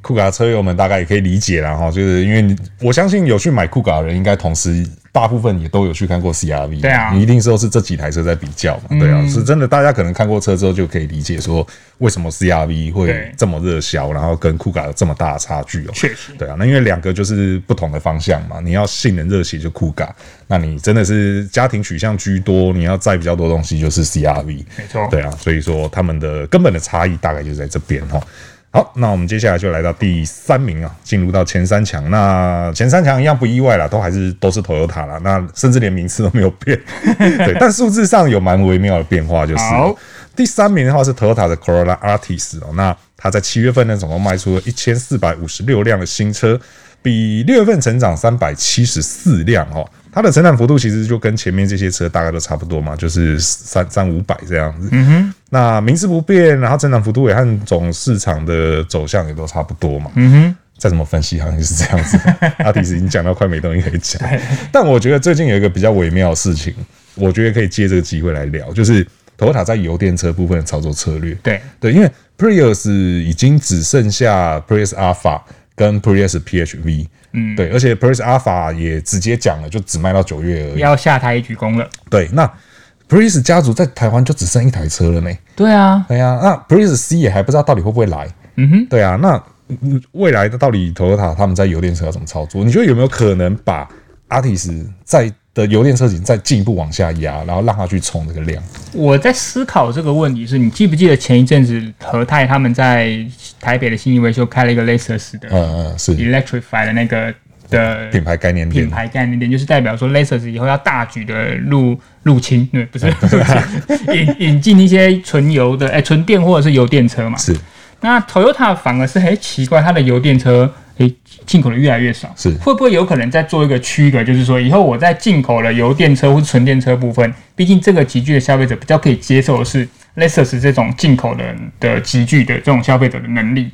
Speaker 1: 酷卡车友们大概也可以理解啦哈，就是因为你我相信有去买酷卡的人，应该同时大部分也都有去看过 CRV，
Speaker 2: 对啊嗯
Speaker 1: 你一定说是这几台车在比较嘛，对啊，是真的，大家可能看过车之后就可以理解说为什么 CRV 会
Speaker 2: 对
Speaker 1: 这么热销，然后跟酷卡有这么大的差距哦，
Speaker 2: 确实。
Speaker 1: 对啊，那因为两个就是不同的方向嘛，你要性能热血就酷咖，那你真的是家庭取向居多，你要载比较多东西就是 CRV，
Speaker 2: 没错
Speaker 1: 对啊，所以说他们的根本的差异大概就是在这边哈。好，那我们接下来就来到第三名啊，进入到前三强。那前三强一样不意外啦，都还是都是 Toyota 啦，那甚至连名次都没有 变，对，但数字上有蛮微妙的变化，就是了
Speaker 2: 好
Speaker 1: 第三名的话是 Toyota 的 Corolla Artis 哦，那它在七月份呢，总共卖出了一千四百五十六辆的新车，比六月份成长三百七十四辆哦。它的成长幅度其实就跟前面这些车大概都差不多嘛，就是三三五百这样子。嗯哼，那名次不变，然后成长幅度也和总市场的走向也都差不多嘛。嗯哼，再怎么分析好像就是这样 子。阿迪斯已经讲到快没东西可以讲，但我觉得最近有一个比较微妙的事情，我觉得可以借这个机会来聊，就是 Toyota 在油电车部分的操作策略。
Speaker 2: 对
Speaker 1: 对，因为 Prius 已经只剩下 Prius Alpha 跟 Prius PHV，嗯，对，而且 Prius Alpha 也直接讲了，就只卖到九月而已。
Speaker 2: 要下台一鞠躬了。
Speaker 1: 对，那 Prius 家族在台湾就只剩一台车了呢。
Speaker 2: 对啊，
Speaker 1: 对哎呀、那 Prius C 也还不知道到底会不会来。嗯哼，对啊，那嗯未来的到底 Toyota 他们在油电车要怎么操作？你觉得有没有可能把 Artis 在的油电车型再进一步往下压，然后让它去冲这个量？
Speaker 2: 我在思考这个问题是，你记不记得前一阵子和泰他们在台北的新义维修开了一个 Lexus 的
Speaker 1: 嗯嗯，是
Speaker 2: Electrify 的那个的
Speaker 1: 品牌概念店
Speaker 2: 品，牌概念店，就是代表说 Lexus 以后要大举的入入侵，对，不是入侵 引引进一些纯油的，哎、纯电或者是油电车嘛。
Speaker 1: 是
Speaker 2: 那 Toyota 反而是很奇怪，它的油电车诶进口的越来越少，
Speaker 1: 是
Speaker 2: 会不会有可能再做一个区隔，就是说以后我在进口了油电车或纯电车部分，毕竟这个集聚的消费者比较可以接受的是 Lexus 这种进口的的集聚的这种消费者的能力。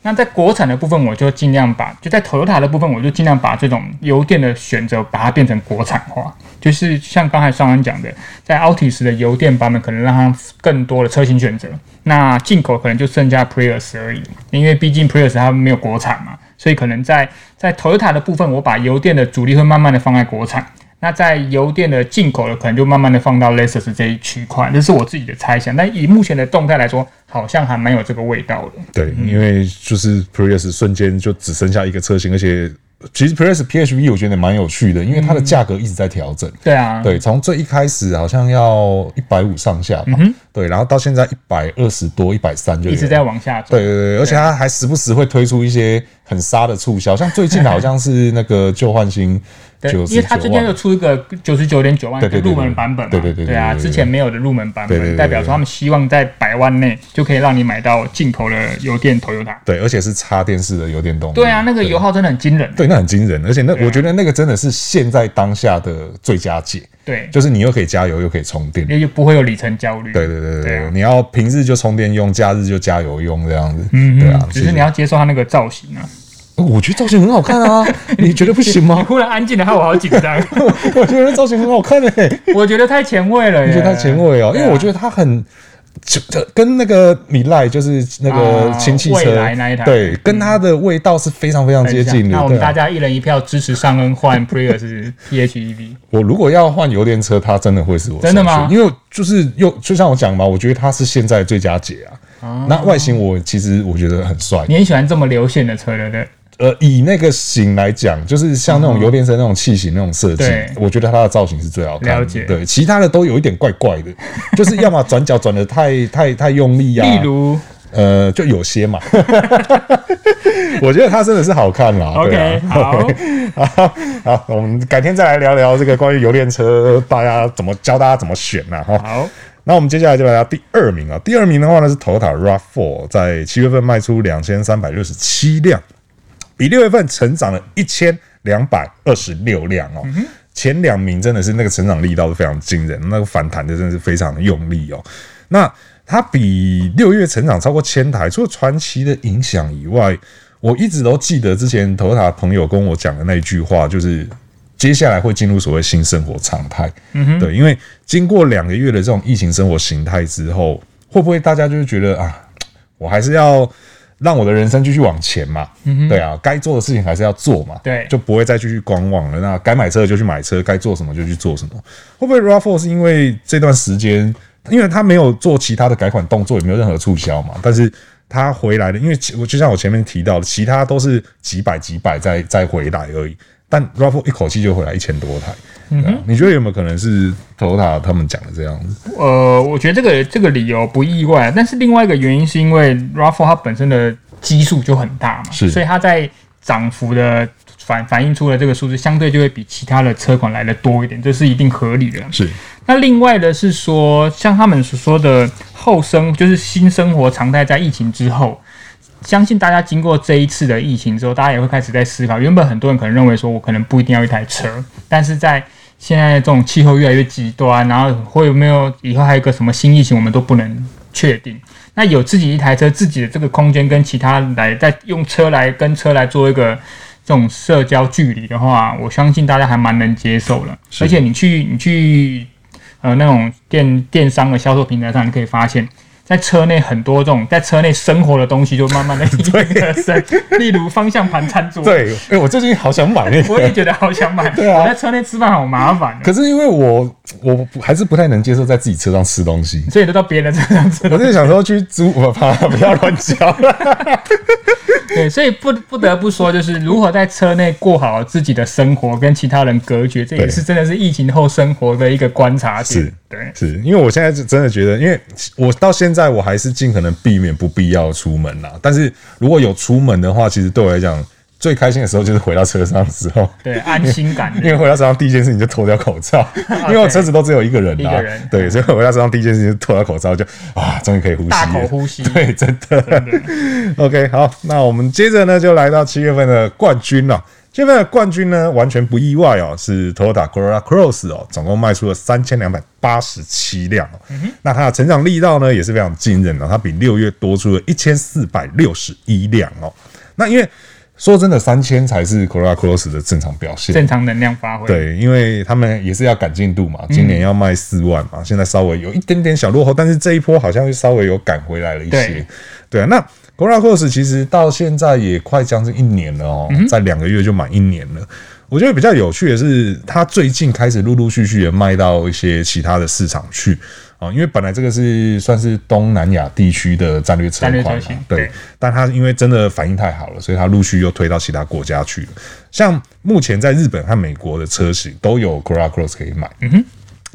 Speaker 2: 那在国产的部分，我就尽量把就在 Toyota 的部分，我就尽量把这种油电的选择，把它变成国产化。就是像刚才上安讲的，在 Altis 的油电版本，可能让它更多的车型选择。那进口可能就剩下 Prius 而已，因为毕竟 Prius 它没有国产嘛，所以可能在在 Toyota 的部分，我把油电的主力会慢慢的放在国产。那在油电的进口的，可能就慢慢的放到 Lexus 这一区块，这是我自己的猜想。但以目前的动态来说，好像还蛮有这个味道的。
Speaker 1: 对，因为就是 Prius 瞬间就只剩下一个车型，而且其实 Prius PHV 我觉得蛮有趣的，因为它的价格一直在调整。
Speaker 2: 对啊，
Speaker 1: 对，从最一开始好像要一百五上下吧，对，然后到现在一百二十多、一百三就有
Speaker 2: 嗯一直在往下走。
Speaker 1: 对对对，而且它还时不时会推出一些很杀的促销，像最近好像是那个旧换新
Speaker 2: 对，
Speaker 1: 九
Speaker 2: 因
Speaker 1: 十
Speaker 2: 为它之
Speaker 1: 九
Speaker 2: 前
Speaker 1: 万
Speaker 2: 有，出一个九十九点九万的
Speaker 1: 对对对
Speaker 2: 入门版本嘛，
Speaker 1: 对对对对
Speaker 2: 啊，
Speaker 1: 对对对
Speaker 2: 之前没有的入门版
Speaker 1: 对对对
Speaker 2: 本，
Speaker 1: 对
Speaker 2: 代表说他们希望在百万内就可以让你买到进口的油电 Toyota。
Speaker 1: 对，而且是插电式的油电动力。
Speaker 2: 对啊，那个油耗真的很惊人。
Speaker 1: 对，那很惊人，而且那
Speaker 2: 啊
Speaker 1: 我觉得那个真的是现在当下的最佳解，
Speaker 2: 对，
Speaker 1: 就是你又可以加油又可以充电。
Speaker 2: 也就不会有里程焦虑。
Speaker 1: 对对对对
Speaker 2: 嗯对啊
Speaker 1: 对，你要平日就充电用，假日就加油用这样子。嗯，对啊，
Speaker 2: 只是你要接受它那个造型啊。
Speaker 1: 其实，我觉得造型很好看 啊，你觉得不行
Speaker 2: 你
Speaker 1: 吗？
Speaker 2: 忽然安静的，害我好紧张。
Speaker 1: 我觉得造型很好看欸诶、
Speaker 2: 我觉得太前卫了耶，
Speaker 1: 你觉得它前卫
Speaker 2: 啊
Speaker 1: 哦、因为我觉得它很。就跟那个米赖就是那个
Speaker 2: 啊
Speaker 1: 氢气
Speaker 2: 蔚
Speaker 1: 车
Speaker 2: 来那一台，嗯
Speaker 1: 对，跟它的味道是非常非常接近的。
Speaker 2: 那我
Speaker 1: 对
Speaker 2: 们
Speaker 1: 啊
Speaker 2: 大家一人一票支持尚恩换 E Prius PHEV。
Speaker 1: 我如果要换油电车，它真的会是我
Speaker 2: 真的吗
Speaker 1: 首选因为就是又就像我讲嘛，我觉得它是现在最佳解啊。那外形我其实我觉得很帅。
Speaker 2: 你很喜欢这么流线的车，对不对？
Speaker 1: 呃，以那个型来讲，就是像那种油电车那种器型那种设计
Speaker 2: 对，
Speaker 1: 我觉得它的造型是最好看的。
Speaker 2: 了解
Speaker 1: 对，其他的都有一点怪怪的，就是要么转角转的太太太用力呀、啊
Speaker 2: 例如
Speaker 1: 呃，就有些嘛。 我觉得它真的是好看啦。 对
Speaker 2: ，OK，
Speaker 1: 啊
Speaker 2: 好，
Speaker 1: 好，好，我们改天再来聊聊这个关于油电车，大家怎么教大家怎么选呐、哈。
Speaker 2: 好，
Speaker 1: 那我们接下来就来到第二名啊，第二名的话呢是 Toyota RAV4，在七月份卖出两千三百六十七辆，比六月份成长了一千两百二十六辆
Speaker 2: 嗯
Speaker 1: 哦。前两名真的是那个成长力道是非常惊人，那个反弹的真的是非常的用力哦。那它比六月成长超过千台，除了传奇的影响以外，我一直都记得之前 t o 朋友跟我讲的那一句话，就是接下来会进入所谓新生活常态。嗯哼，对，因为经过两个月的这种疫情生活形态之后，会不会大家就是觉得啊，我还是要让我的人生继续往前嘛？嗯、对啊，该做的事情还是要做嘛，
Speaker 2: 对
Speaker 1: 就不会再继续观望了。那该买车的就去买车，该做什么就去做什么。会不会 RAV4 是因为这段时间，因为他没有做其他的改款动作，也没有任何促销嘛，但是。他回来的，因为其我就像我前面提到的，其他都是几百几百再再回来而已，但 RAV4 一口气就回来一千多台，嗯、你觉得有没有可能是 Toyota 他们讲的这样子？
Speaker 2: 呃，我觉得这个这个理由不意外，但是另外一个原因是因为 RAV4 它本身的基数就很大嘛，
Speaker 1: 是
Speaker 2: 所以它在涨幅的反反映出的这个数字，相对就会比其他的车款来的多一点，这是一定合理的。
Speaker 1: 是
Speaker 2: 那另外的是说，像他们所说的后生，就是新生活常态，在疫情之后，相信大家经过这一次的疫情之后，大家也会开始在思考。原本很多人可能认为说，我可能不一定要一台车，但是在现在这种气候越来越极端，然后会有没有以后还有一个什么新疫情，我们都不能确定。那有自己一台车，自己的这个空间跟其他来再用车来跟车来做一个这种社交距离的话，我相信大家还蛮能接受了。而且你去你去呃那种电电商的销售平台上，你可以发现，在车内很多这种在车内生活的东西就慢慢 的应运而生，例如方向盘、餐桌。，
Speaker 1: 对，哎、我最近好想买那
Speaker 2: 我
Speaker 1: 个，
Speaker 2: 也觉得好想买。
Speaker 1: 对啊
Speaker 2: 我在车内吃饭好麻烦、哦，，
Speaker 1: 可是因为我我不还是不太能接受在自己车上吃东西
Speaker 2: 所以都到别人这样子。
Speaker 1: 我就想说去租，我怕不要乱交。
Speaker 2: 对，所以不不得不说，就是如何在车内过好自己的生活，跟其他人隔绝，这也
Speaker 1: 对
Speaker 2: 是真的是疫情后生活的一个观察点
Speaker 1: 是。
Speaker 2: 对，
Speaker 1: 是因为我现在是真的觉得，因为我到现在我还是尽可能避免不必要出门啦。但是如果有出门的话，其实对我来讲，最开心的时候就是回到车上之后，
Speaker 2: 对，安心 感
Speaker 1: 因为回到车上第一件事情就脱掉口 罩，因为我车子都只有一个人
Speaker 2: 一
Speaker 1: 啦、
Speaker 2: 个人
Speaker 1: 对，所以回到车上第一件事情就脱掉口罩，就啊，终于可以呼吸了，
Speaker 2: 大口呼吸
Speaker 1: 对，真的。OK，好，那我们接着呢就来到七月份的冠军了。七月份的冠军呢，完全不意外哦，是 Toyota Corolla Cross 哦，总共卖出了三千两百八十七辆哦。那它的成长力道呢也是非常惊人的、哦它比六月多出了一千四百六十一辆哦。那因为说真的，三千才是 Corolla Cross 的正常表现，
Speaker 2: 正常能量发挥。，嗯
Speaker 1: 对，因为他们也是要赶进度嘛，今年要卖四万嘛，现在稍微有一点点小落后，但是这一波好像又稍微有赶回来了一些
Speaker 2: 对。
Speaker 1: 对啊，那 g o r a Cross 其实到现在也快将近一年了哦，
Speaker 2: 嗯
Speaker 1: 在两个月就满一年了。我觉得比较有趣的是，它最近开始陆陆续续的卖到一些其他的市场去啊、哦，因为本来这个是算是东南亚地区的战略车
Speaker 2: 战略
Speaker 1: 款嘛
Speaker 2: 车型，
Speaker 1: 对
Speaker 2: 对，
Speaker 1: 但它因为真的反应太好了，所以它陆续又推到其他国家去了。像目前在日本和美国的车型都有 c o r a Cross 可以买，嗯哼。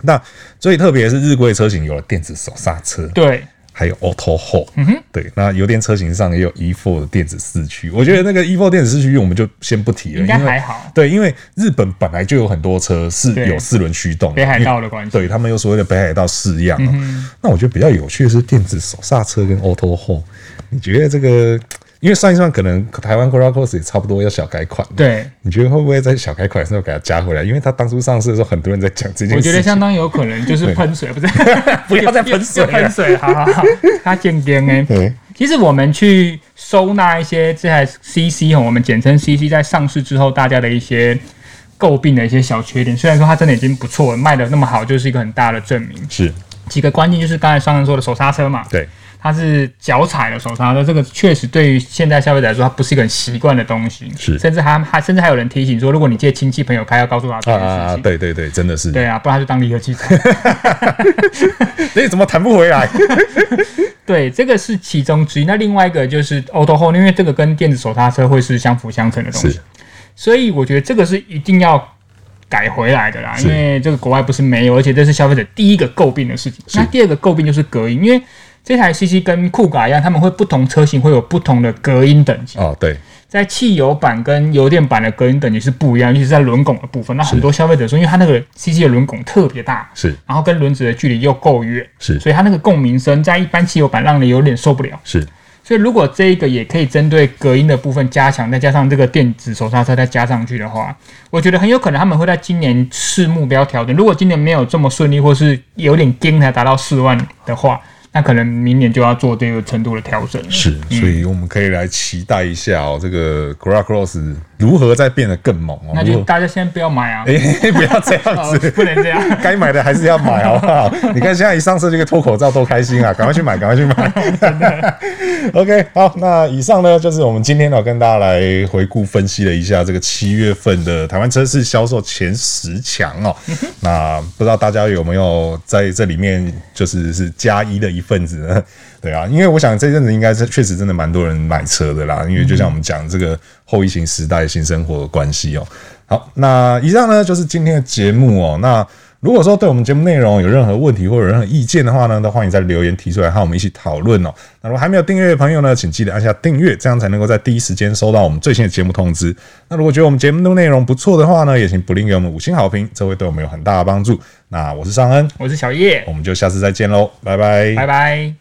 Speaker 1: 那最特别的是日规车型有了电子手刹车，
Speaker 2: 对，
Speaker 1: 还有 Auto Hold，嗯哼，对。那油电车型上也有 E4 的电子四驱，我觉得那个 E4 电子四驱我们就先不提了，
Speaker 2: 应该
Speaker 1: 因为
Speaker 2: 还好
Speaker 1: 对，因为日本本来就有很多车是
Speaker 2: 对
Speaker 1: 有四轮驱动的，
Speaker 2: 北海
Speaker 1: 因为
Speaker 2: 道的关系嗯
Speaker 1: 对他们又所谓的北海道式样、哦。那我觉得比较有趣的是电子手刹车跟 Auto Hold，你觉得这个？因为算一算，可能台湾 c o r a Cross 也差不多要小改款，
Speaker 2: 对，
Speaker 1: 你觉得会不会在小改款的时候给它加回来？因为它当初上市的时候，很多人在讲这件事情。
Speaker 2: 我觉得相当有可能就是喷水，不是？
Speaker 1: 不要再喷水了
Speaker 2: 又又喷水，好好好，它见边哎
Speaker 1: 对。
Speaker 2: 其实我们去收纳一些这台 CC 哦，我们简称 CC，在上市之后大家的一些诟病的一些小缺点，虽然说它真的已经不错了，卖的那么好，就是一个很大的证明。
Speaker 1: 是
Speaker 2: 几个关键就是刚才上任说的手刹车嘛，
Speaker 1: 对，
Speaker 2: 它是脚踩的手刹车，这个确实对于现在消费者来说，它不是一个很习惯的东西，
Speaker 1: 是
Speaker 2: 甚至还还甚至还有人提醒说，如果你借亲戚朋友开，要告诉他这
Speaker 1: 啊
Speaker 2: 件事
Speaker 1: 啊
Speaker 2: 情。
Speaker 1: 啊！对对对，真的是。
Speaker 2: 对啊，不然他就当离合器踩。
Speaker 1: 你哎怎么弹不回 来？
Speaker 2: 对，这个是其中之一。那另外一个就是 auto hold，因为这个跟电子手刹车会是相辅相成的东西
Speaker 1: 是，
Speaker 2: 所以我觉得这个是一定要改回来的啦。
Speaker 1: 是
Speaker 2: 因为这个国外不是没有，而且这是消费者第一个诟病的事情。那第二个诟病就是隔音，因为这台 CC 跟酷卡一样，他们会不同车型会有不同的隔音等级，
Speaker 1: 哦，对，
Speaker 2: 在汽油版跟油电版的隔音等级是不一样，尤其是在轮拱的部分。那很多消费者说，因为它那个 CC 的轮拱特别大，
Speaker 1: 是
Speaker 2: 然后跟轮子的距离又够远，
Speaker 1: 是
Speaker 2: 所以它那个共鸣声在一般汽油版让你有点受不了。
Speaker 1: 是
Speaker 2: 所以如果这一个也可以针对隔音的部分加强，再加上这个电子手刹车再加上去的话，我觉得很有可能他们会在今年是目标调整。如果今年没有这么顺利，或是有点惊才达到四万的话，那可能明年就要做这个程度的调整了。
Speaker 1: 是，所以我们可以来期待一下哦，这个 g r a Cross 如何再变得更猛哦。
Speaker 2: 那
Speaker 1: 如
Speaker 2: 就
Speaker 1: 何
Speaker 2: 大家先不要买啊，
Speaker 1: 哎，不要这
Speaker 2: 哦
Speaker 1: 样子。
Speaker 2: 不能这样。
Speaker 1: 该买的还是要买，好不好？你看现在一上车就可以脱口罩，多开心啊！赶快去买，赶快去买。OK，好，那以上呢就是我们今天呢跟大家来回顾分析了一下这个七月份的台湾车市销售前十强哦。那不知道大家有没有在这里面就是是加一的一份子呢？对啊，因为我想这阵子应该是确实真的蛮多人买车的啦，因为就像我们讲这个后疫情时代新生活的关系哦。好，那以上呢就是今天的节目哦。那如果说对我们节目内容有任何问题或者有任何意见的话呢，都欢迎在留言提出来，和我们一起讨论哦。那如果还没有订阅的朋友呢，请记得按下订阅，这样才能够在第一时间收到我们最新的节目通知。那如果觉得我们节目内容不错的话呢，也请不吝给我们五星好评，这会对我们有很大的帮助。那我是尚恩，哦
Speaker 2: 我是小叶
Speaker 1: 我，们就下次再见喽，拜拜
Speaker 2: 拜拜。